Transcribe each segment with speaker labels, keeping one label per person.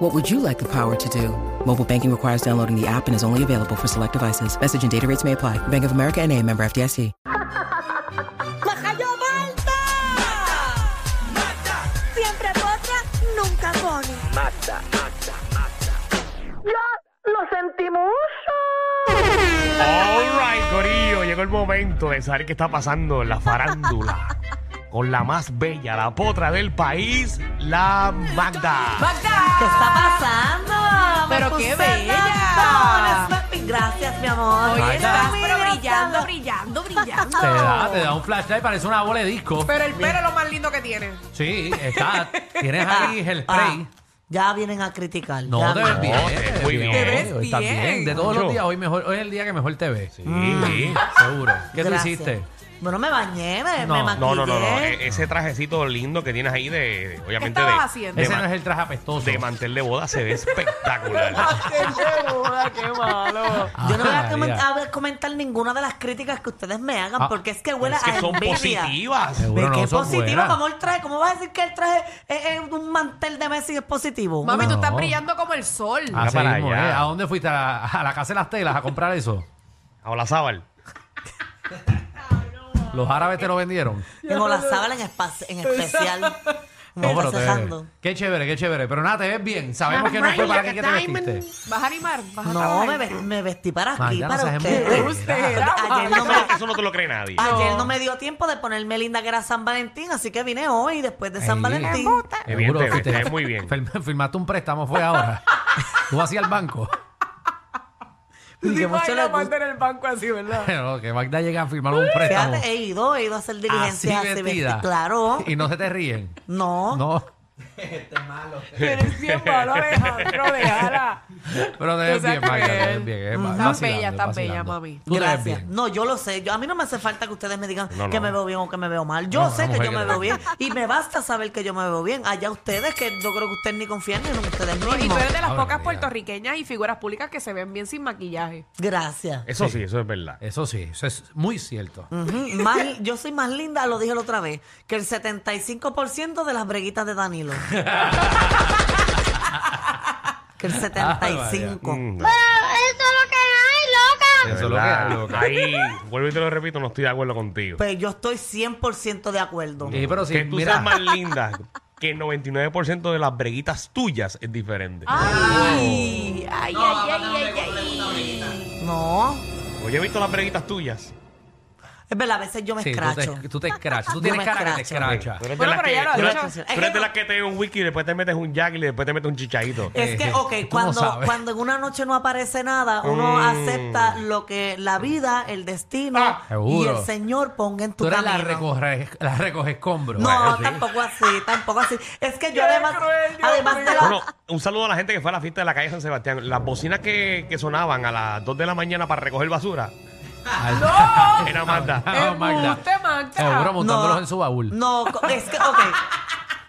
Speaker 1: What would you like the power to do? Mobile banking requires downloading the app and is only available for select devices. Message and data rates may apply. Bank of America and a member FDIC.
Speaker 2: ¡Majayo Malta! ¡Mata! ¡Mata! Siempre potra, nunca pone. ¡Mata! ¡Mata! ¡Mata! ¡Ya lo sentimos!
Speaker 3: All right, Corillo, llegó el momento de saber qué está pasando en la farándula. Con la más bella, la potra del país, la Magda.
Speaker 2: ¿Qué está pasando? Me
Speaker 4: Pero
Speaker 2: puse
Speaker 4: qué bella.
Speaker 2: tapones. Gracias, mi amor.
Speaker 4: Oye, estás
Speaker 2: Mira,
Speaker 4: pero brillando,
Speaker 2: estaba-
Speaker 4: brillando, brillando.
Speaker 5: Te da, te da un flashlight, parece una bola de disco.
Speaker 4: Pero el pelo es lo más lindo que tiene.
Speaker 5: Sí, está. Tienes ahí el spray.
Speaker 2: Ah, ya vienen a criticar.
Speaker 5: No,
Speaker 2: ya
Speaker 5: te
Speaker 2: vienen.
Speaker 5: ves bien.
Speaker 3: No, te ves muy bien.
Speaker 5: Te
Speaker 4: Te
Speaker 5: ves
Speaker 4: ves
Speaker 5: hoy estás
Speaker 4: bien.
Speaker 5: bien. De todos
Speaker 3: Yo.
Speaker 5: los días, hoy, mejor, hoy es el día que mejor te ves.
Speaker 3: Sí.
Speaker 5: Seguro. ¿Qué tú
Speaker 2: Gracias.
Speaker 5: hiciste?
Speaker 2: Bueno, me bañé, me,
Speaker 5: No,
Speaker 2: me
Speaker 5: no,
Speaker 2: maquillé.
Speaker 3: No, no, no, no. E- Ese trajecito lindo que tienes ahí de, de- obviamente, de,
Speaker 4: estabas haciendo?
Speaker 3: de
Speaker 5: Ese
Speaker 3: ma-
Speaker 5: no es el traje apestoso.
Speaker 3: de mantel de boda se ve espectacular.
Speaker 2: Ah,
Speaker 5: qué malo.
Speaker 2: Yo no voy a, comen- a ver, comentar ninguna de las críticas que ustedes me hagan
Speaker 5: Ah,
Speaker 2: porque es que huele
Speaker 3: es que
Speaker 2: a
Speaker 3: son
Speaker 2: envidia.
Speaker 3: positivas.
Speaker 2: ¿De
Speaker 5: Seguro
Speaker 2: qué
Speaker 5: no son
Speaker 2: positivo?
Speaker 5: buenas.
Speaker 2: ¿Cómo, el traje? ¿Cómo vas a decir que el traje es, es un mantel de Messi y es positivo?
Speaker 4: Mami, tú
Speaker 5: No.
Speaker 4: estás brillando como el sol.
Speaker 5: Ah,
Speaker 3: Mira para
Speaker 5: seguimos,
Speaker 3: allá.
Speaker 5: ¿eh? ¿A dónde fuiste? ¿A la, a la casa de las telas a comprar eso?
Speaker 3: Hola, Zabal.
Speaker 5: ¿Los árabes te lo vendieron?
Speaker 2: Tengo la sábala en, espa- en especial. Me
Speaker 5: No,
Speaker 2: está
Speaker 5: pero te
Speaker 2: cejando.
Speaker 5: Qué chévere, qué chévere. Pero nada, te ves bien. Sabemos Ah, que no fue para ti que te vestiste.
Speaker 4: ¿Vas a animar? ¿Vas a
Speaker 2: Ah, No,
Speaker 4: trabajar?
Speaker 2: me, ve- me vestí para aquí,
Speaker 5: Magda, no
Speaker 2: para
Speaker 5: seas
Speaker 2: ustedes.
Speaker 5: embustera.
Speaker 2: Porque Ayer no, me, Ah,
Speaker 3: Eso no te lo cree nadie.
Speaker 2: ayer no me dio tiempo de ponerme linda que era San Valentín, así que vine hoy después de San
Speaker 5: Ey.
Speaker 2: Valentín.
Speaker 3: Qué bien
Speaker 5: Seguro,
Speaker 3: te ves,
Speaker 5: fuiste.
Speaker 3: te ves muy bien.
Speaker 5: Firm- firmaste un préstamo, fue ahora. Tú vas hacia el banco.
Speaker 2: Y que mucho le gusta.
Speaker 4: en el banco así, ¿verdad?
Speaker 5: Pero que Magda llega a firmar un préstamo.
Speaker 2: Fíjate, eh, he ido, he ido a hacer
Speaker 5: Así
Speaker 2: diligencias así,
Speaker 5: vestida.
Speaker 2: vestida. Claro.
Speaker 5: Y no se te ríen.
Speaker 2: No. Este
Speaker 5: No.
Speaker 4: Eres bien malo, Alejandro, déjala.
Speaker 5: Pero te
Speaker 4: No
Speaker 5: ves
Speaker 4: seas
Speaker 5: bien, Magda. Te
Speaker 4: cruel.
Speaker 5: ves bien. es
Speaker 4: Ujú.
Speaker 5: vacilando,
Speaker 4: Estás bella,
Speaker 5: es
Speaker 4: estás
Speaker 5: vacilando.
Speaker 4: bella, mami.
Speaker 5: Tú te ves
Speaker 2: Gracias.
Speaker 5: bien.
Speaker 2: No, yo lo sé. Yo, a mí no me hace falta que ustedes me digan
Speaker 3: No, no.
Speaker 2: que me veo bien o que me veo mal. Yo
Speaker 5: No,
Speaker 2: sé
Speaker 5: una
Speaker 2: que yo
Speaker 5: mujer
Speaker 2: me
Speaker 5: que-
Speaker 2: veo bien. Y me basta saber que yo me veo bien. Allá ustedes, que yo creo que ustedes ni confían en ustedes
Speaker 4: Y tú
Speaker 2: mismos.
Speaker 4: eres de las
Speaker 5: Ahora,
Speaker 4: pocas
Speaker 5: mira.
Speaker 4: puertorriqueñas y figuras públicas que se ven bien sin maquillaje.
Speaker 2: Gracias.
Speaker 3: Eso sí, eso es verdad.
Speaker 5: Eso sí, eso es muy cierto.
Speaker 2: Ujú. Más- yo soy más linda, lo dije la otra vez, que el 75% de las breguitas de Danilo. que el 75%.
Speaker 3: Mm,
Speaker 6: Eso es lo que hay, loca.
Speaker 3: de
Speaker 5: Ah. Eso es lo que
Speaker 3: verdad.
Speaker 5: hay, loca.
Speaker 3: Ahí, vuelvo y te lo repito, no estoy de acuerdo contigo.
Speaker 2: Pero Pues yo estoy 100% de acuerdo.
Speaker 5: Sí, pero sí,
Speaker 3: que tú
Speaker 5: mira.
Speaker 3: seas más linda que el 99% de las breguitas tuyas es diferente.
Speaker 5: Ah.
Speaker 4: Ay, ay, ay, ay, ay, ay.
Speaker 2: No.
Speaker 3: Oye, he visto las breguitas tuyas.
Speaker 2: Es verdad, a veces yo me
Speaker 5: Sí, tú
Speaker 2: escracho.
Speaker 5: te, tú te escrachas. Tú
Speaker 2: Yo
Speaker 5: tienes
Speaker 2: me
Speaker 5: cara que te
Speaker 2: escracho.
Speaker 5: escracha.
Speaker 3: Tú eres
Speaker 4: Bueno,
Speaker 3: de las
Speaker 4: pero ya lo ha
Speaker 3: que, tú eres-
Speaker 4: dicho.
Speaker 3: tú
Speaker 2: Es
Speaker 3: eres
Speaker 2: que
Speaker 3: de
Speaker 2: no-
Speaker 3: las que te ves un wiki y después te metes un jack y después te metes un chichadito.
Speaker 2: Es que,
Speaker 5: Eh, tú
Speaker 2: ok,
Speaker 5: no
Speaker 2: cuando,
Speaker 5: sabes.
Speaker 2: cuando en una noche no aparece nada, uno
Speaker 3: Mm.
Speaker 2: acepta lo que la vida, el destino y
Speaker 5: Ah, seguro.
Speaker 2: el Señor ponga en tu
Speaker 5: Tú eres la
Speaker 2: camino.
Speaker 5: recoge, la recoge escombros.
Speaker 2: No,
Speaker 5: Bueno, sí.
Speaker 2: tampoco así, tampoco así. Es que yo además, además de la...
Speaker 3: Bueno, un saludo a la gente que fue a la fiesta de la calle San Sebastián. Las bocinas que, que sonaban a las 2 de la mañana para recoger basura era Magda.
Speaker 5: Ah,
Speaker 4: Embuste, Magda.
Speaker 5: Seguro montándolos en su baúl.
Speaker 2: No, co- es que, ok.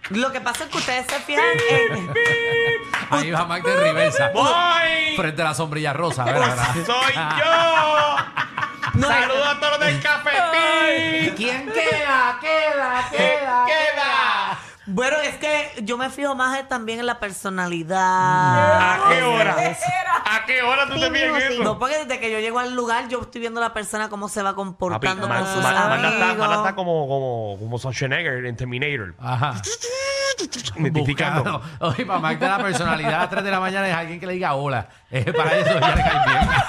Speaker 2: Lo que pasa es que ustedes se fijan en...
Speaker 5: Ahí va Magda en reversa.
Speaker 3: ¡Voy!
Speaker 5: Frente a la sombrilla rosa, ¿verdad?
Speaker 3: ¡Soy yo!
Speaker 5: Ah.
Speaker 2: No,
Speaker 3: ¡Saludos a todos los del cafetín!
Speaker 5: eh.
Speaker 3: Eh,
Speaker 5: ¿Quién queda? Queda, queda, queda.
Speaker 2: bueno, es que yo me fijo más eh, también
Speaker 3: Mm.
Speaker 2: en la personalidad.
Speaker 3: ¿A qué hora? ¿A qué hora tú te fijas en
Speaker 2: No,
Speaker 3: eso?
Speaker 2: porque desde que yo llego al lugar, yo estoy viendo a la persona cómo se va
Speaker 3: Papi,
Speaker 2: comportando
Speaker 3: Ma-
Speaker 2: con sus
Speaker 3: Ma- Magda
Speaker 2: amigos.
Speaker 3: está- Magda está como, como, como Schwarzenegger en Terminator.
Speaker 5: Ajá.
Speaker 3: Identificando.
Speaker 5: Buscando. Oye, para Magda la personalidad a las 3 de la mañana es alguien que le diga hola. Eh, para eso ya le cae bien.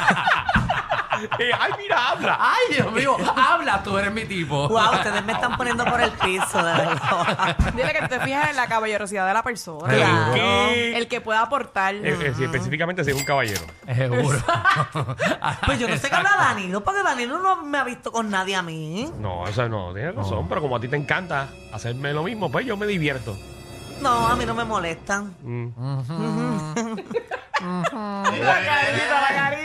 Speaker 3: Eh, ¡Ay, mira, habla!
Speaker 5: Ay, Dios mío, habla, tú eres mi tipo.
Speaker 2: Wow, ustedes me están poniendo por el piso, de verdad.
Speaker 4: Dile que te fijas en la caballerosidad de la persona.
Speaker 2: Claro.
Speaker 3: ¿Qué?
Speaker 4: El que pueda aportar.
Speaker 3: Eh, eh, sí, específicamente si es un caballero.
Speaker 5: Seguro.
Speaker 2: Pues yo no sé qué habla Danilo, porque Danilo no me ha visto con nadie a mí.
Speaker 3: No, eso no, tienes razón, pero como a ti te encanta hacerme lo mismo, pues yo me divierto.
Speaker 2: No, a mí no me molestan.
Speaker 3: Mm.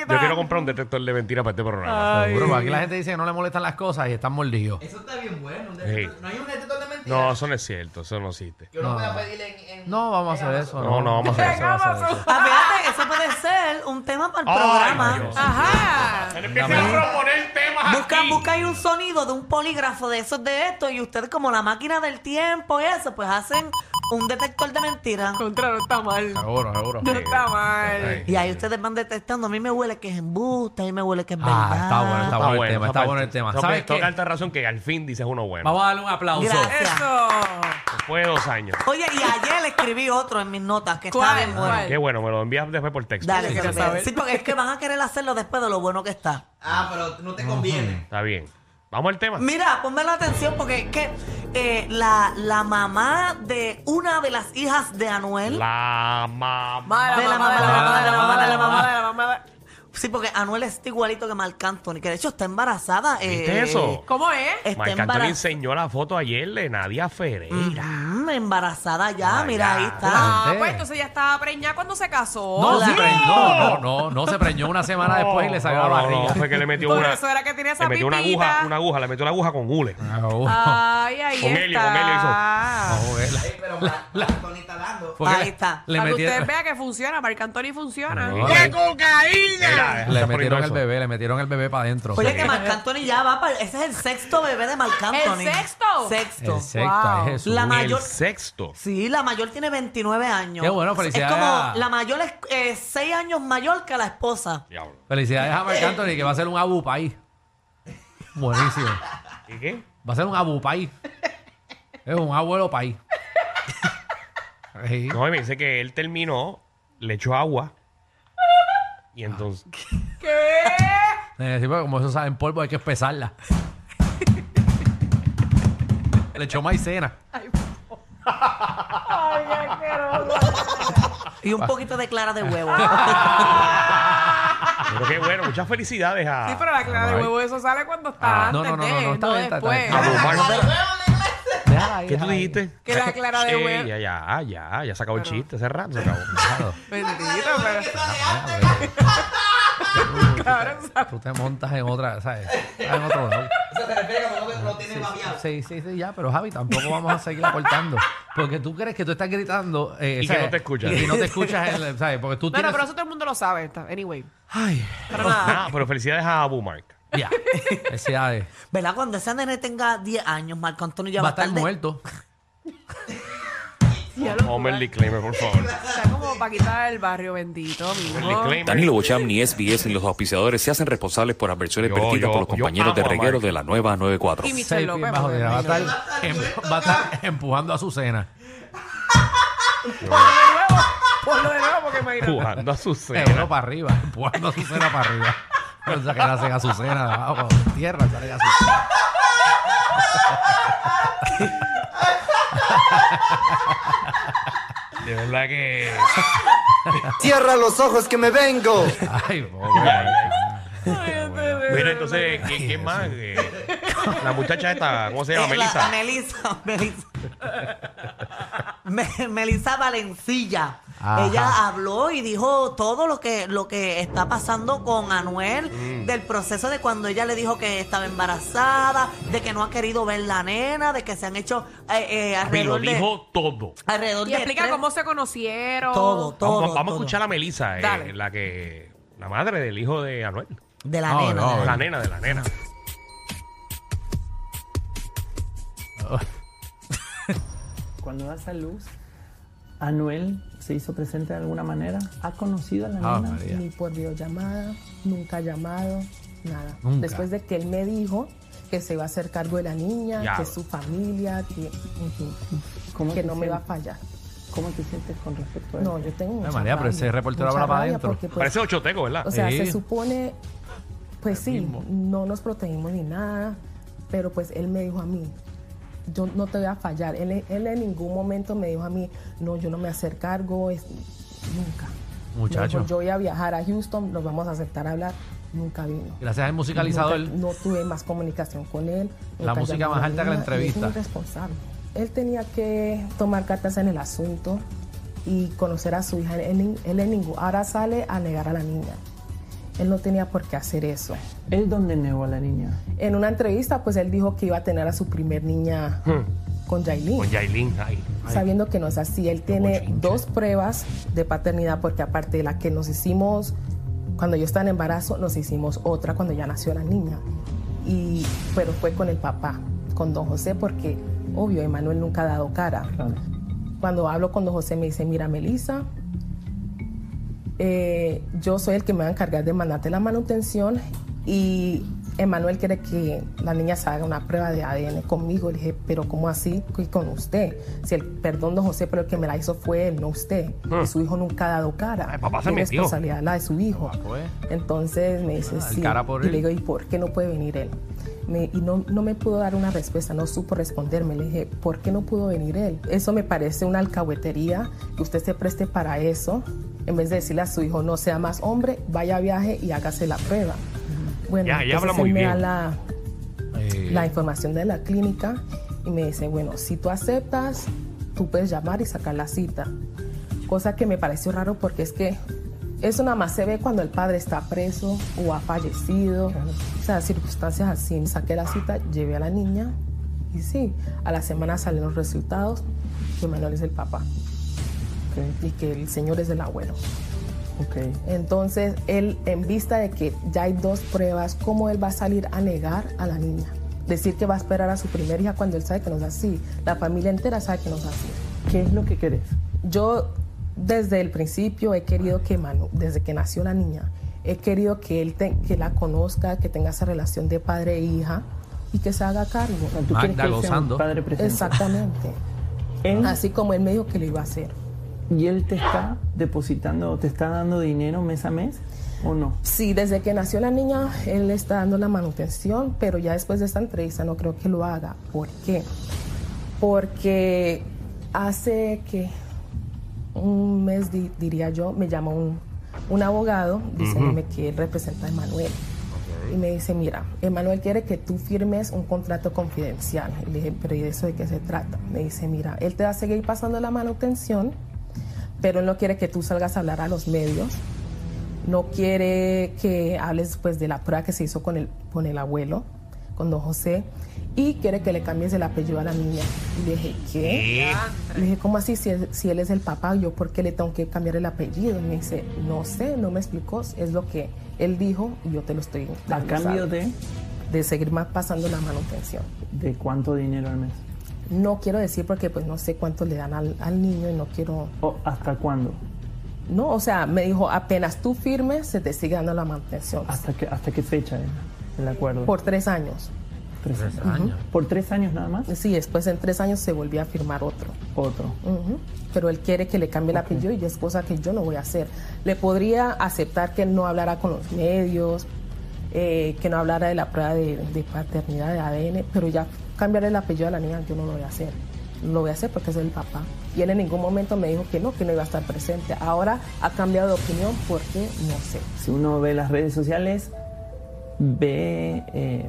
Speaker 3: Yo quiero comprar un detector de mentiras para este programa.
Speaker 5: Seguro, porque aquí la gente dice que no le molestan las cosas y están mordidos.
Speaker 7: Eso está bien bueno. un
Speaker 3: Sí.
Speaker 7: detector- No hay un detector de mentiras.
Speaker 3: No, eso no es cierto, eso no existe.
Speaker 7: Que uno pueda pedir en, en-
Speaker 5: No, vamos a
Speaker 7: en
Speaker 5: hacer
Speaker 7: Amazon.
Speaker 5: eso.
Speaker 3: No, no, vamos a hacer eso. vamos a hacer eso.
Speaker 2: Ah, fíjate, eso puede ser un tema para el
Speaker 3: Ay,
Speaker 2: programa.
Speaker 3: Dios.
Speaker 4: Ajá.
Speaker 3: Empiecen a proponer temas
Speaker 2: Busca,
Speaker 3: aquí.
Speaker 2: busca ahí un sonido de un polígrafo de esos de estos y ustedes como la máquina del tiempo y eso, pues hacen un detector de mentiras.
Speaker 4: Contra, no está mal.
Speaker 5: Seguro, seguro. Eh,
Speaker 4: No está mal.
Speaker 3: Ay.
Speaker 2: Y ahí ustedes van detectando, a mí me huele que es embuste, a mí me huele que es verdad.
Speaker 5: Ah, está bueno, está bueno el tema, está bueno el tema. ¿Sabes
Speaker 3: ¿Sabes
Speaker 5: qué?
Speaker 3: Toca alta razón que al fin dices uno bueno.
Speaker 5: Vamos a darle un aplauso.
Speaker 2: Gracias.
Speaker 4: Eso.
Speaker 3: Después de dos años.
Speaker 2: Oye, y ayer le escribí otro en mis notas que está
Speaker 4: ¿Cuál?
Speaker 2: bien bueno.
Speaker 4: ¿Cuál?
Speaker 3: Qué bueno, me lo envías después por texto.
Speaker 2: Dale,
Speaker 4: Sí,
Speaker 2: que
Speaker 4: quiero
Speaker 2: se vea.
Speaker 4: saber.
Speaker 2: Sí, porque es que van a querer hacerlo después de lo bueno que está.
Speaker 7: Ah, pero no te conviene.
Speaker 3: Está bien. Vamos al tema.
Speaker 2: Mira, ponme la atención porque es que eh, la, la mamá de una de las hijas de Anuel.
Speaker 3: La mamá.
Speaker 4: Mala,
Speaker 2: De la
Speaker 4: mamá, de la mamá, de la mamá, de la mamá, de la mamá.
Speaker 2: Sí, porque Anuel está igualito que Marc Anthony, que de hecho está embarazada. eh,
Speaker 3: ¿Viste eso?
Speaker 4: ¿Cómo es?
Speaker 2: Está
Speaker 3: Marc Anthony
Speaker 2: embarazada.
Speaker 3: enseñó la foto ayer de Nadia
Speaker 4: Mm.
Speaker 3: Ferreira.
Speaker 2: embarazada ya,
Speaker 3: Ah,
Speaker 2: mira,
Speaker 3: ya.
Speaker 2: ahí está.
Speaker 4: Ah,
Speaker 5: Gente.
Speaker 4: pues entonces ya estaba preñada cuando se casó.
Speaker 5: No, se
Speaker 2: Hola.
Speaker 5: preñó, no, no, no, se preñó una semana después y le salió la
Speaker 3: No, no, no,
Speaker 5: barriga.
Speaker 3: fue que le metió
Speaker 4: Por
Speaker 3: una.
Speaker 4: eso era que tenía esa
Speaker 3: le metió una
Speaker 4: pipita.
Speaker 3: aguja, una aguja, le metió la aguja con hule.
Speaker 5: Ah, uh,
Speaker 4: Ay, ahí
Speaker 3: Con
Speaker 4: está.
Speaker 3: Helio, con Helio hizo.
Speaker 5: no, eh, la-
Speaker 7: Ey, pero la, la Tony está dando.
Speaker 5: porque
Speaker 2: Ahí
Speaker 5: le-
Speaker 2: está.
Speaker 5: Le
Speaker 4: Para que
Speaker 5: metieron,
Speaker 4: usted vea que funciona, Marc Anthony funciona.
Speaker 5: No,
Speaker 3: ¡Qué
Speaker 5: le-
Speaker 3: cocaína!
Speaker 5: le metieron el bebé, le metieron el bebé para adentro.
Speaker 2: Oye, que Marc Anthony ya va para. Ese es el sexto bebé de Marc Anthony.
Speaker 4: sexto?
Speaker 2: Sexto.
Speaker 5: El sexto,
Speaker 4: Wow.
Speaker 5: ay, Jesús.
Speaker 2: La mayor-
Speaker 3: El sexto.
Speaker 2: Sí, la mayor tiene 29 años.
Speaker 5: Qué bueno, felicidades
Speaker 2: Es como
Speaker 5: a-
Speaker 2: la mayor es 6 años mayor que la esposa.
Speaker 3: Diablo.
Speaker 5: Felicidades a Marc Anthony que va a ser un abupa ahí. Buenísimo.
Speaker 3: ¿Y qué?
Speaker 5: Va a ser un abupa ahí. Es un abuelo país. Sí.
Speaker 3: No, y me dice que él terminó, le echó agua. Y entonces.
Speaker 4: ¿Qué?
Speaker 5: Eh, sí, porque como eso sabe en polvo, hay que espesarla. Le echó maicena.
Speaker 4: Ay, qué asqueroso.
Speaker 2: Y
Speaker 5: Ah.
Speaker 2: un poquito de clara de huevo.
Speaker 5: Ah,
Speaker 3: Pero qué bueno, muchas felicidades a.
Speaker 4: Sí, pero la clara de
Speaker 5: Ay.
Speaker 4: huevo, eso sale cuando
Speaker 5: Ah,
Speaker 4: está
Speaker 5: no,
Speaker 4: antes
Speaker 5: no, no,
Speaker 4: de,
Speaker 5: no, no, está bien, está
Speaker 4: después.
Speaker 5: bien, está
Speaker 7: ¡Dale
Speaker 5: bien.
Speaker 3: Ah,
Speaker 7: huevo en la iglesia!
Speaker 5: Déjala ahí,
Speaker 3: ¿Qué tú
Speaker 5: déjala ahí.
Speaker 3: dijiste?
Speaker 4: Que la clara de
Speaker 3: Sí,
Speaker 4: huevo.
Speaker 3: Ya, ya, ya, ya se acabó el chiste, hace rato se acabó.
Speaker 5: Claro.
Speaker 4: Bendito,
Speaker 7: La Tony que
Speaker 4: pero
Speaker 7: sale antes.
Speaker 4: cabrón, ¿sabes?
Speaker 5: Tú te montas en otra, ¿sabes? En otro lado.
Speaker 7: Eso se refiere cuando no, no tiene babiado.
Speaker 5: Sí, sí, sí, ya, pero Javi, tampoco vamos a seguir aportando. Porque tú crees que tú estás gritando. eh,
Speaker 3: Y que no te escuchas.
Speaker 5: Y, y no te escuchas, en- ¿sabes? Porque tú
Speaker 4: No, no,
Speaker 5: tienes.
Speaker 4: pero eso todo el mundo lo sabe. está- Anyway.
Speaker 5: Ay,
Speaker 4: Pero nada.
Speaker 3: Nada, pero felicidades a Abu Mark.
Speaker 5: ya. Felicidades.
Speaker 2: ¿Verdad? Cuando ese nene tenga 10 años, Marc Anthony ya va
Speaker 5: Va a estar
Speaker 2: de-
Speaker 5: muerto.
Speaker 3: Ponme el disclaimer, por favor.
Speaker 4: Está como Paquita del barrio, bendito,
Speaker 3: El
Speaker 4: mismo.
Speaker 3: disclaimer.
Speaker 8: Danilo Bocham, ni SBS, ni los auspiciadores se hacen responsables por adversiones
Speaker 3: Yo-
Speaker 8: vertidas
Speaker 3: yo-
Speaker 8: por los
Speaker 3: yo
Speaker 8: compañeros de
Speaker 3: amo a
Speaker 8: reguero
Speaker 3: Mark.
Speaker 8: de la nueva 94.
Speaker 4: Y Michelle
Speaker 5: Seis pies
Speaker 4: López.
Speaker 5: bajo
Speaker 4: pues,
Speaker 5: tierra. Va a
Speaker 4: bendito.
Speaker 5: estar, em- va a estar empujando a Azucena.
Speaker 4: Ponlo de nuevo. Ponlo de nuevo porque imagínate.
Speaker 3: Jugando a su
Speaker 5: Seguro
Speaker 3: cena.
Speaker 5: Eh, para arriba. Empujando a Azucena para arriba. O sea, que le hacen Azucena de abajo. Tierra, sale Azucena.
Speaker 3: De verdad que.
Speaker 9: Cierra los ojos Pues que me vengo.
Speaker 5: Ay, pobre.
Speaker 3: Mira, entonces, ¿quién, quién más? Eh, la muchacha esta, ¿cómo se llama?
Speaker 2: Eh, la-
Speaker 3: Melissa.
Speaker 2: Melissa, Melissa. Me- Melissa Valencilla.
Speaker 5: Ajá.
Speaker 2: Ella habló y dijo todo lo que, lo que está pasando con Anuel,
Speaker 3: Mm.
Speaker 2: del proceso de cuando ella le dijo que estaba embarazada, de que no ha querido ver la nena, de que se han hecho eh, eh,
Speaker 3: Y lo
Speaker 2: alrededor de...
Speaker 3: dijo todo.
Speaker 2: Alrededor
Speaker 4: Y
Speaker 2: de
Speaker 4: explica
Speaker 2: tres-
Speaker 4: cómo se conocieron.
Speaker 2: Todo, todo.
Speaker 3: vamos vamos
Speaker 2: todo.
Speaker 3: a escuchar a Melissa, eh,
Speaker 4: Dale.
Speaker 3: la que. La madre del hijo de Anuel.
Speaker 2: De la
Speaker 5: No,
Speaker 2: nena.
Speaker 5: no,
Speaker 2: de la-
Speaker 3: La nena de la nena.
Speaker 10: Cuando das a luz, Anuel se hizo presente de alguna manera. ¿Ha conocido a la
Speaker 5: Ah,
Speaker 10: nena?
Speaker 5: María.
Speaker 11: ni por videollamada, nunca ha llamado, nada.
Speaker 5: Nunca.
Speaker 11: Después de que él me dijo que se iba a hacer cargo de la niña,
Speaker 3: Ya.
Speaker 11: que es su familia, que, ujú,
Speaker 10: ¿Cómo
Speaker 11: que
Speaker 10: te
Speaker 11: no me
Speaker 10: sientes?
Speaker 11: va a fallar.
Speaker 10: ¿Cómo te sientes con respecto a eso?
Speaker 11: No, yo tengo mucha
Speaker 5: María, pero
Speaker 11: rabia,
Speaker 5: ese reportero
Speaker 11: mucha
Speaker 5: habla para
Speaker 11: rabia
Speaker 5: adentro.
Speaker 11: porque, pues,
Speaker 3: Parece ochoteco, ¿verdad?
Speaker 11: o sea,
Speaker 5: Sí.
Speaker 11: se supone, pues sí, no nos protegimos ni nada, pero pues él me dijo a mí, yo no te voy a fallar. Él, él en ningún momento me dijo a mí, no, yo no me voy a hacer cargo, es, nunca. Me dijo,
Speaker 5: Muchacho.
Speaker 11: yo voy a viajar a Houston, nos vamos a aceptar a hablar. Nunca vino.
Speaker 5: Gracias al musicalizador.
Speaker 11: Nunca- no tuve más comunicación con él.
Speaker 5: La
Speaker 11: nunca
Speaker 5: música
Speaker 11: llamó
Speaker 5: más
Speaker 11: a
Speaker 5: alta que la
Speaker 11: nada, y es
Speaker 5: entrevista.
Speaker 11: muy responsable. Él tenía que tomar cartas en el asunto y conocer a su hija. Él, él en ningún, ahora sale a negar a la niña. Él no tenía por qué hacer eso.
Speaker 10: ¿Él dónde negó a la niña?
Speaker 11: En una entrevista, pues él dijo que iba a tener a su primer niña
Speaker 5: Hmm.
Speaker 11: con Yailin.
Speaker 3: Con Yailin, ay, ay.
Speaker 11: Sabiendo que no es así, él tiene dos pruebas de paternidad, porque aparte de la que nos hicimos cuando yo estaba en embarazo, nos hicimos otra cuando ya nació la niña. Y, pero fue con el papá, con don José, porque obvio, Emanuel nunca ha dado cara. Cuando hablo con don José, me dice: Mira, Melissa, eh, yo soy el que me va a encargar de mandarte la manutención y Emanuel quiere que la niña se haga una prueba de ADN conmigo. Le dije, pero ¿cómo así? ¿Y con usted? Si el, perdón, don José, pero el que me la hizo fue él, no usted.
Speaker 3: Hmm.
Speaker 11: Y su hijo nunca ha dado cara.
Speaker 3: Ay, papá se
Speaker 11: Mi
Speaker 3: metió. Ah, pues.
Speaker 11: responsabilidad es la de su hijo. Entonces me dice,
Speaker 5: Ah, el
Speaker 11: sí.
Speaker 5: cara por
Speaker 11: y
Speaker 5: él.
Speaker 11: le digo, ¿y por qué no puede venir él? Me- y no, no me pudo dar una respuesta, no supo responderme. Le dije, ¿por qué no pudo venir él? Eso me parece una alcahuetería, que usted se preste para eso, en vez de decirle a su hijo, no sea más hombre, vaya a viaje y hágase la prueba. Bueno,
Speaker 3: Ya, ya habla
Speaker 11: entonces
Speaker 3: muy
Speaker 11: él me da
Speaker 3: bien.
Speaker 11: la,
Speaker 5: Eh,
Speaker 11: la información de la clínica y me dice, bueno, si tú aceptas, tú puedes llamar y sacar la cita. Cosa que me pareció raro porque es que eso nada más se ve cuando el padre está preso o ha fallecido. O sea, circunstancias así. Saqué la cita, llevé a la niña y sí, a la semana salen los resultados. que Manuel es el papá y que el señor es el abuelo.
Speaker 10: Ok, ok.
Speaker 11: Entonces, él, en vista de que ya hay dos pruebas, ¿cómo él va a salir a negar a la niña? Decir que va a esperar a su primera hija cuando él sabe que no es así. La familia entera sabe que no es así.
Speaker 10: ¿Qué es lo que querés?
Speaker 11: Yo, desde el principio, he querido que Manu, desde que nació la niña, he querido que él te- que la conozca, que tenga esa relación de padre e hija y que se haga cargo.
Speaker 10: O sea, tú
Speaker 5: Magda
Speaker 10: quieres que él sea un
Speaker 5: gozando.
Speaker 10: padre presente.
Speaker 11: Exactamente.
Speaker 10: Él-
Speaker 11: Así como él me dijo que lo iba a hacer.
Speaker 10: ¿Y él te está depositando, te está dando dinero mes a mes o no?
Speaker 11: Sí, desde que nació la niña, él le está dando la manutención, pero ya después de esta entrevista no creo que lo haga. ¿Por qué? Porque hace que un mes, di- diría yo, me llama un, un abogado diciéndome que él representa a Emanuel. Y me dice, mira, Emanuel quiere que tú firmes un contrato confidencial. Y le dije, pero ¿y de eso de qué se trata? Me dice, mira, él te va a seguir pasando la manutención, pero él no quiere que tú salgas a hablar a los medios no quiere que hables pues de la prueba que se hizo con el, con el abuelo, con don José, y quiere que le cambies el apellido a la niña. Y le dije, ¿qué? Le dije, ¿cómo así? Si, es- si él es el papá, ¿yo por qué le tengo que cambiar el apellido? Y me dice, no sé, no me explicó, es lo que él dijo y yo te lo estoy
Speaker 10: ¿A
Speaker 11: dando,
Speaker 10: cambio
Speaker 11: ¿sabes?
Speaker 10: de,
Speaker 11: De seguir más pasando la manutención.
Speaker 10: de cuánto dinero al mes?
Speaker 11: No quiero decir porque pues no sé cuánto le dan al, al niño y no quiero...
Speaker 10: ¿O hasta cuándo?
Speaker 11: No, o sea, me dijo, apenas tú firmes, se te sigue dando la manutención.
Speaker 10: ¿Hasta qué, hasta qué fecha es el acuerdo?
Speaker 11: Por tres años.
Speaker 10: tres años.
Speaker 5: años.
Speaker 10: ¿Por tres años nada más?
Speaker 11: Sí, después en tres años se volvió a firmar otro.
Speaker 10: Otro.
Speaker 11: Ujú. Pero él quiere que le cambie el apellido y es cosa que yo no voy a hacer. Le podría aceptar que no hablara con los medios, eh, que no hablara de la prueba de, de paternidad de ADN, pero ya cambiar el apellido a la niña yo no lo voy a hacer. Lo voy a hacer porque es el papá. Y él en ningún momento me dijo que no, que no iba a estar presente. Ahora ha cambiado de opinión porque no sé.
Speaker 10: Si uno ve las redes sociales, ve eh,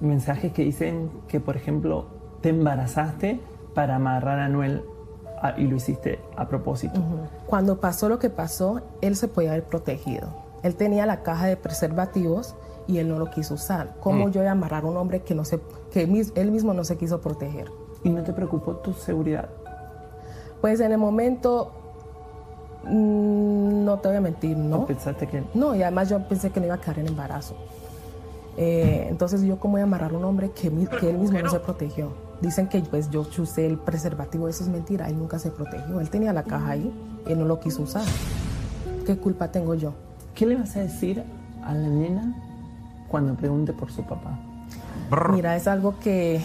Speaker 10: mensajes que dicen que, por ejemplo, te embarazaste para amarrar a Noel ah, y lo hiciste a propósito.
Speaker 11: Cuando pasó lo que pasó, él se podía haber protegido. Él tenía la caja de preservativos y él no lo quiso usar. ¿Cómo yo voy a amarrar a un hombre que, no se, que mis- él mismo no se quiso proteger?
Speaker 10: ¿Y no te preocupó tu seguridad?
Speaker 11: Pues en el momento, mm, no te voy a mentir,
Speaker 10: ¿No
Speaker 11: no.
Speaker 10: pensaste que
Speaker 11: No, y además yo pensé que no iba a caer en embarazo. Eh, entonces yo cómo voy a amarrar a un hombre que, mi- que él mismo no? se protegió. Dicen que pues yo usé el preservativo, eso es mentira, él nunca se protegió. Él tenía la caja ahí, él no lo quiso usar. ¿Qué culpa tengo yo?
Speaker 10: ¿Qué le vas a decir a la nena cuando pregunte por su papá?
Speaker 11: Mira, es algo que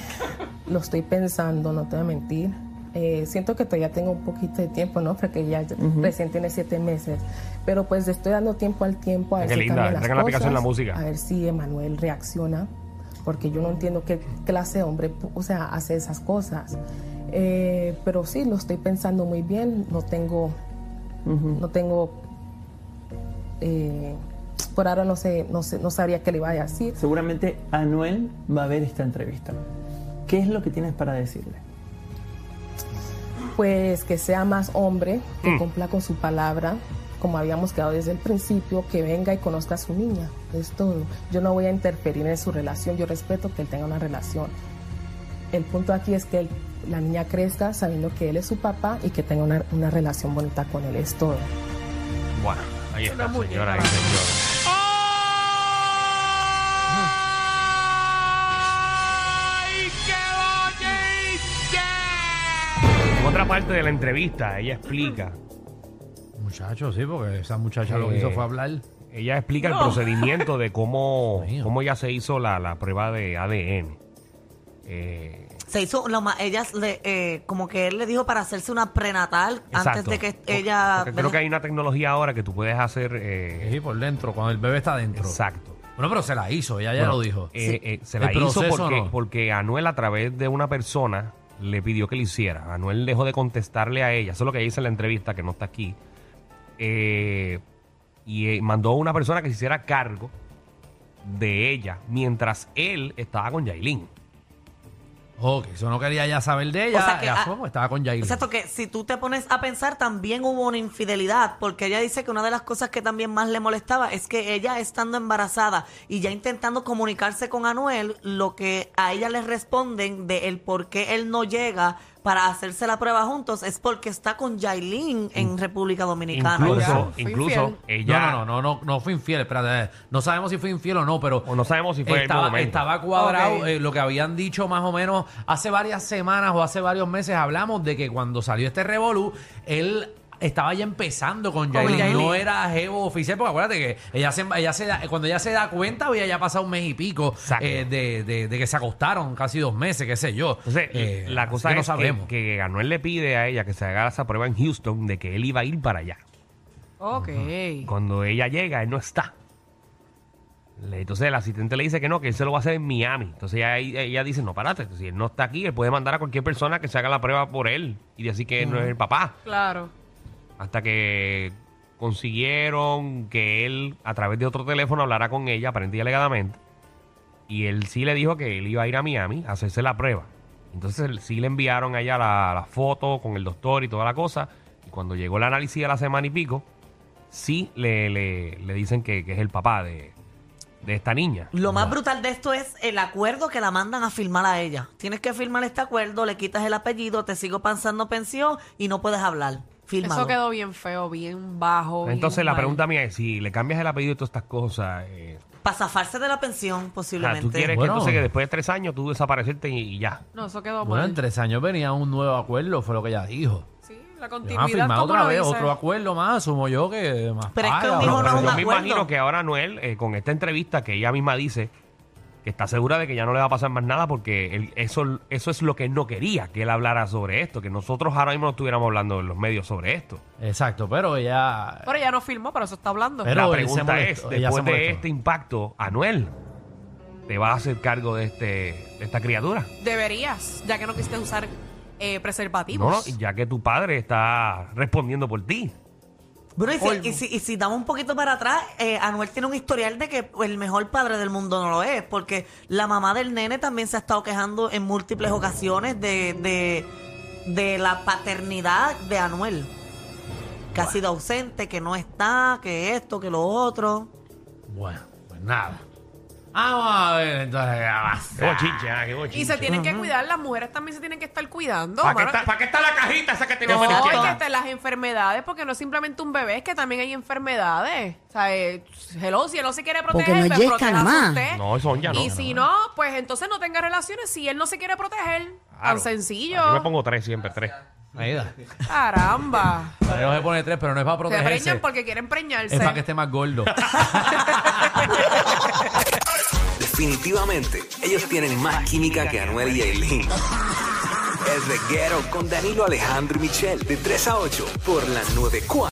Speaker 11: lo estoy pensando, no te voy a mentir. Eh, siento que todavía tengo un poquito de tiempo, ¿no? Porque ya recién tiene siete meses. Pero pues le estoy dando tiempo al tiempo a ver
Speaker 3: Qué
Speaker 11: si
Speaker 3: linda,
Speaker 11: cambian las
Speaker 3: traigan la aplicación
Speaker 11: cosas,
Speaker 3: la música.
Speaker 11: A ver si Emanuel reacciona. Porque yo no entiendo qué clase de hombre, o sea, hace esas cosas. Eh, pero sí, lo estoy pensando muy bien. No tengo, no tengo, eh, por ahora no sé, no sé, no sabría qué le iba a decir.
Speaker 10: Seguramente Anuel va a ver esta entrevista. ¿Qué es lo que tienes para decirle?
Speaker 11: Pues que sea más hombre, que
Speaker 3: Mm.
Speaker 11: cumpla con su palabra, como habíamos quedado desde el principio, que venga y conozca a su niña. Es todo. Yo no voy a interferir en su relación, yo respeto que él tenga una relación. El punto aquí es que él- la niña crezca sabiendo que él es su papá y que tenga una, una relación bonita con él. Es todo.
Speaker 3: Bueno, ahí está, señora y señores. En otra parte de la entrevista, ella explica.
Speaker 5: Muchacho, sí, porque esa muchacha lo que hizo
Speaker 3: Eh,
Speaker 5: fue hablar.
Speaker 3: Ella explica el
Speaker 5: No.
Speaker 3: procedimiento de cómo,
Speaker 5: Dios mío.
Speaker 3: cómo ella se hizo la, la prueba de ADN. Eh,
Speaker 2: Se hizo, lo ma- ellas le, eh, como que él le dijo para hacerse una prenatal antes
Speaker 3: exacto.
Speaker 2: de que
Speaker 3: Porque-
Speaker 2: ella...
Speaker 3: porque creo que hay una tecnología ahora que tú puedes hacer. eh,
Speaker 5: Sí, por dentro, cuando el bebé está dentro.
Speaker 3: exacto.
Speaker 5: Bueno, pero se la hizo, ella ya
Speaker 3: Bueno,
Speaker 5: lo dijo.
Speaker 3: eh, eh, se
Speaker 5: El
Speaker 3: la hizo
Speaker 5: proceso,
Speaker 3: porque,
Speaker 5: ¿no?
Speaker 3: porque Anuel, a través de una persona, le pidió que le hiciera. Anuel dejó de contestarle a ella. Eso es lo que dice en la entrevista, que no está aquí. Eh, y eh, mandó a una persona que se hiciera cargo de ella mientras él estaba con Yailin.
Speaker 5: Ok, Oh, eso no quería ya saber de ella.
Speaker 2: O sea que,
Speaker 5: ya
Speaker 2: ah,
Speaker 5: fue, pues, estaba con Yair.
Speaker 2: Exacto, que si tú te pones a pensar, también hubo una infidelidad, porque ella dice que una de las cosas que también más le molestaba es que ella estando embarazada y ya intentando comunicarse con Anuel, lo que a ella le responden de el por qué él no llega para hacerse la prueba juntos es porque está con Yailin en República Dominicana.
Speaker 3: Incluso,
Speaker 11: fue
Speaker 3: incluso
Speaker 11: infiel.
Speaker 5: No,
Speaker 3: ella.
Speaker 5: no, no, no, no, no fue infiel. Espérate, eh. no sabemos si fue infiel o no, pero
Speaker 3: O no sabemos si fue el mismo
Speaker 5: estaba,
Speaker 3: momento.
Speaker 5: estaba cuadrado
Speaker 11: Ok.
Speaker 5: eh, lo que habían dicho más o menos hace varias semanas o hace varios meses. Hablamos de que cuando salió este revolú, él estaba ya empezando con Yailin.
Speaker 2: Yailin.
Speaker 5: No era jevo oficial, porque acuérdate que ella se, ella se da- cuando ella se da cuenta había ya pasado un mes y pico
Speaker 3: Exacto.
Speaker 5: eh, de, de- de que se acostaron, casi dos meses, qué sé yo.
Speaker 3: Entonces,
Speaker 5: Eh,
Speaker 3: la
Speaker 5: así
Speaker 3: cosa
Speaker 5: que
Speaker 3: es
Speaker 5: no sabemos.
Speaker 3: Que, que Anuel le pide a ella que se haga esa prueba en Houston de que él iba a ir para allá.
Speaker 4: Ok.
Speaker 3: Cuando ella llega, él no está. Le- Entonces el asistente le dice que no, que él se lo va a hacer en Miami. Entonces ella, ella dice, no, parate, si él no está aquí, él puede mandar a cualquier persona que se haga la prueba por él y decir que él no es el papá.
Speaker 4: Claro.
Speaker 3: Hasta que consiguieron que él, a través de otro teléfono, hablara con ella, aparentemente y alegadamente. Y él sí le dijo que él iba a ir a Miami a hacerse la prueba. Entonces él- sí le enviaron a ella la, la foto con el doctor y toda la cosa. Y cuando llegó el análisis de la semana y pico, sí le, le- le dicen que, que es el papá de, de esta niña.
Speaker 2: Lo más brutal de esto es el acuerdo que la mandan a firmar a ella. Tienes que firmar este acuerdo, le quitas el apellido, te sigo pasando pensión y no puedes hablar. Firmado.
Speaker 4: Eso quedó bien feo, bien bajo. bien
Speaker 3: Entonces la
Speaker 4: mal.
Speaker 3: pregunta mía es, si le cambias el apellido y todas estas cosas, eh,
Speaker 2: Para zafarse de la pensión,
Speaker 3: o sea,
Speaker 2: posiblemente.
Speaker 3: Ah, ¿tú quieres
Speaker 5: Bueno.
Speaker 3: que entonces que después de tres años tú desaparecerte y, y ya?
Speaker 4: No, eso quedó
Speaker 5: Bueno,
Speaker 4: mal.
Speaker 5: en tres años venía un nuevo acuerdo, fue lo que ella dijo.
Speaker 4: Sí, la
Speaker 5: Van a
Speaker 4: continuidad.
Speaker 5: firmar
Speaker 4: ¿cómo
Speaker 5: otra
Speaker 4: lo
Speaker 5: vez
Speaker 4: dice?
Speaker 5: otro acuerdo más, asumo yo que más
Speaker 2: Pero es que
Speaker 5: paga,
Speaker 2: un hijo
Speaker 5: o-
Speaker 2: no es
Speaker 3: Pero
Speaker 2: un
Speaker 5: pero-
Speaker 3: yo me
Speaker 2: acuerdo.
Speaker 3: imagino que ahora Noel, eh, con esta entrevista que ella misma dice, que está segura de que ya no le va a pasar más nada porque él- eso, eso es lo que él no quería, que él hablara sobre esto, que nosotros ahora mismo no estuviéramos hablando en los medios sobre esto.
Speaker 5: Exacto, pero ella...
Speaker 4: Pero ya no firmó, pero eso está hablando.
Speaker 5: Pero-
Speaker 3: La
Speaker 5: él se
Speaker 3: pregunta
Speaker 5: molestó, ella
Speaker 3: es,
Speaker 5: se
Speaker 3: después de
Speaker 5: molestó.
Speaker 3: este impacto, Anuel, ¿te vas a hacer cargo de, este, de esta criatura?
Speaker 4: Deberías, ya que no quisiste usar eh,
Speaker 3: No, no,
Speaker 4: preservativos.
Speaker 3: ya que tu padre está respondiendo por ti.
Speaker 2: Bueno, y
Speaker 4: Olmo.
Speaker 2: si, y si- y si damos un poquito para atrás, eh, Anuel tiene un historial de que el mejor padre del mundo no lo es, porque la mamá del nene también se ha estado quejando en múltiples ocasiones de, de, de la paternidad de Anuel. Que ha sido ausente, que no está, que esto, que lo otro.
Speaker 5: Bueno, pues nada. Vamos a ver, entonces... ya va.
Speaker 3: Qué bochinche, ah, qué bochinche.
Speaker 4: y se tienen que cuidar, las mujeres también se tienen que estar cuidando.
Speaker 3: ¿Para qué,
Speaker 4: mano.
Speaker 3: está, para qué está la cajita esa que tenemos
Speaker 4: No,
Speaker 3: en la
Speaker 4: es
Speaker 3: izquierda?
Speaker 4: que hasta las enfermedades, porque no es simplemente un bebé, es que también hay enfermedades. O sea, eh, hello, si él no se quiere proteger,
Speaker 12: Porque no
Speaker 4: pues,
Speaker 12: llega
Speaker 4: protéjase
Speaker 12: más.
Speaker 4: usted.
Speaker 3: No, eso ya no.
Speaker 4: Y si no, pues entonces no tenga relaciones si él no se quiere proteger.
Speaker 3: Claro.
Speaker 4: Tan sencillo.
Speaker 3: Yo me pongo tres siempre, tres.
Speaker 5: Ahí da.
Speaker 4: Caramba.
Speaker 5: Ahí no se pone tres, pero no es para
Speaker 4: Se preñan
Speaker 5: protegerse.
Speaker 4: porque quieren preñarse.
Speaker 5: Es para que esté más gordo.
Speaker 13: Definitivamente, ellos tienen más química que Anuel y Aileen. El reguero con Danilo Alejandro y Michel, de 3 a 8, por la 94.